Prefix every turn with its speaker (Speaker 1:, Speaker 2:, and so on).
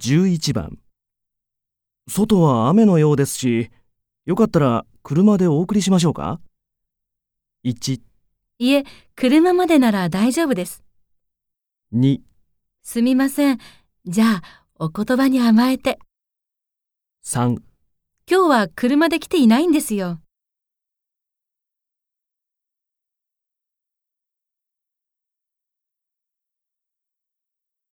Speaker 1: 11番外は雨のようですし、よかったら車でお送りしましょうか ?1、
Speaker 2: いえ、車までなら大丈夫です。
Speaker 1: 2、
Speaker 2: すみません。じゃあ、お言葉に甘えて。
Speaker 1: 3
Speaker 2: 今日は車で来ていないんですよ。